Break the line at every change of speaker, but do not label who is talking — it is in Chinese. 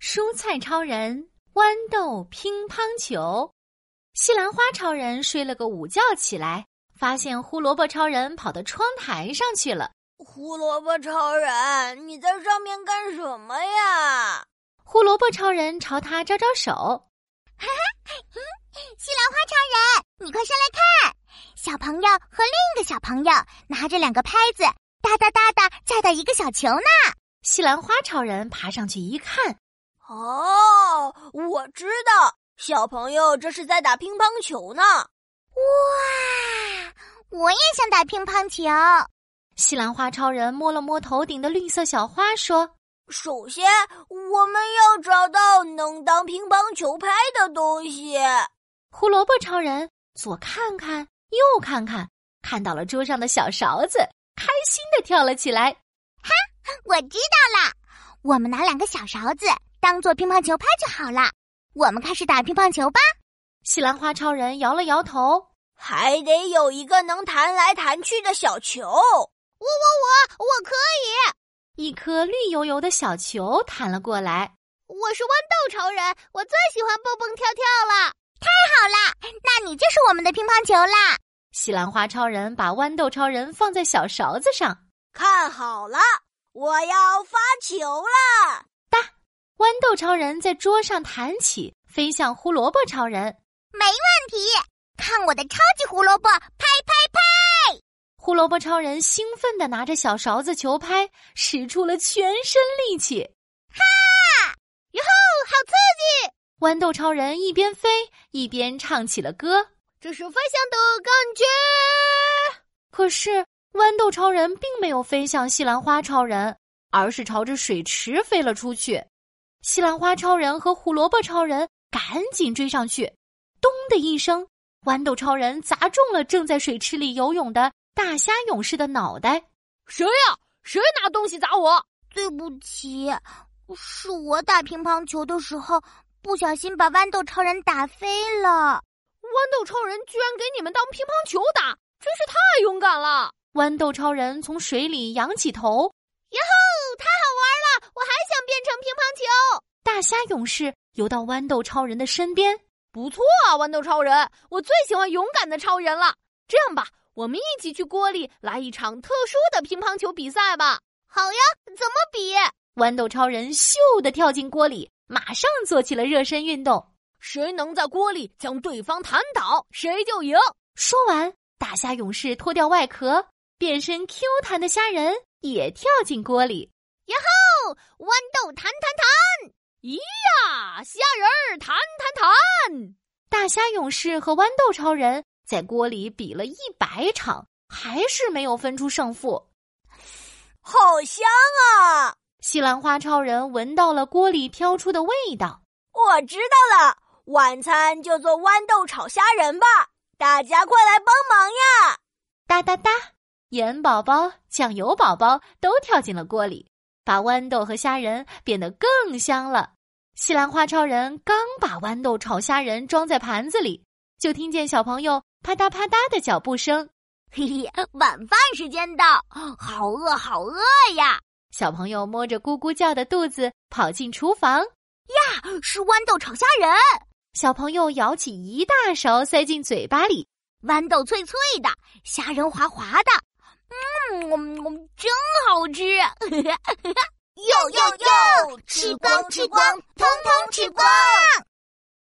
蔬菜超人、豌豆乒乓球。西兰花超人睡了个午觉，起来发现胡萝卜超人跑到窗台上去了。
胡萝卜超人，你在上面干什么呀？
胡萝卜超人朝他招招手。
西兰花超人，你快上来看！小朋友和另一个小朋友拿着两个拍子，哒哒哒哒载到一个小球呢。
西兰花超人爬上去一看，
哦，我知道，小朋友这是在打乒乓球呢。
哇，我也想打乒乓球。
西兰花超人摸了摸头顶的绿色小花，说
首先，我们要找到能当乒乓球拍的东西。：“
胡萝卜超人左看看，右看看，看到了桌上的小勺子，开心的跳了起来。
我知道啦，我们拿两个小勺子当做乒乓球拍就好了。我们开始打乒乓球吧。”
西兰花超人摇了摇头，
还得有一个能弹来弹去的小球。
我可以，
一颗绿油油的小球弹了过来。
我是豌豆超人，我最喜欢蹦蹦跳跳了。太好啦，那你就是我们的乒乓球啦！
西兰花超人把豌豆超人放在小勺子上，
看好了，我要发球了！
豌豆超人在桌上弹起，飞向胡萝卜超人。
问题，看我的超级胡萝卜拍拍拍！
胡萝卜超人兴奋地拿着小勺子球拍，使出了全身力气。
哦，好刺激！
豌豆超人一边飞一边唱起了歌。
这是飞翔的感觉。
可是，豌豆超人并没有飞向西兰花超人，而是朝着水池飞了出去。西兰花超人和胡萝卜超人赶紧追上去，咚的一声，豌豆超人砸中了正在水池里游泳的大虾勇士的脑袋。
谁呀、谁拿东西砸我？
对不起，是我打乒乓球的时候不小心把豌豆超人打飞了。
豌豆超人居然给你们当乒乓球打，真是太勇敢了！
豌豆超人从水里仰起头，
啊，我还想变成乒乓球。
大虾勇士游到豌豆超人的身边。
不错啊，豌豆超人，我最喜欢勇敢的超人了。这样吧，我们一起去锅里来一场特殊的乒乓球比赛吧。
好呀，怎么比？
豌豆超人咻的跳进锅里，马上做起了热身运动。
谁能在锅里将对方弹倒，谁就赢。
说完，大虾勇士脱掉外壳，变身 Q 弹的虾仁也跳进锅里。
豌豆弹弹弹！
呀，虾仁儿弹弹弹！
大虾勇士和豌豆超人在锅里比了一百场，还是没有分出胜负。
好香啊！
西兰花超人闻到了锅里飘出的味道，
我知道了，晚餐就做豌豆炒虾仁吧，大家快来帮忙呀！
哒哒哒，盐宝宝、酱油宝宝都跳进了锅里，把豌豆和虾仁变得更香了。西兰花超人刚把豌豆炒虾仁装在盘子里，就听见小朋友啪嗒啪嗒的脚步声。
嘿嘿，晚饭时间到，好饿，好饿呀！
小朋友摸着咕咕叫的肚子跑进厨房，
是豌豆炒虾仁，
小朋友舀起一大勺塞进嘴巴里。
豌豆脆脆的，虾仁滑滑的，嗯，我们我们真好吃！哟
哟哟吃光吃光
通通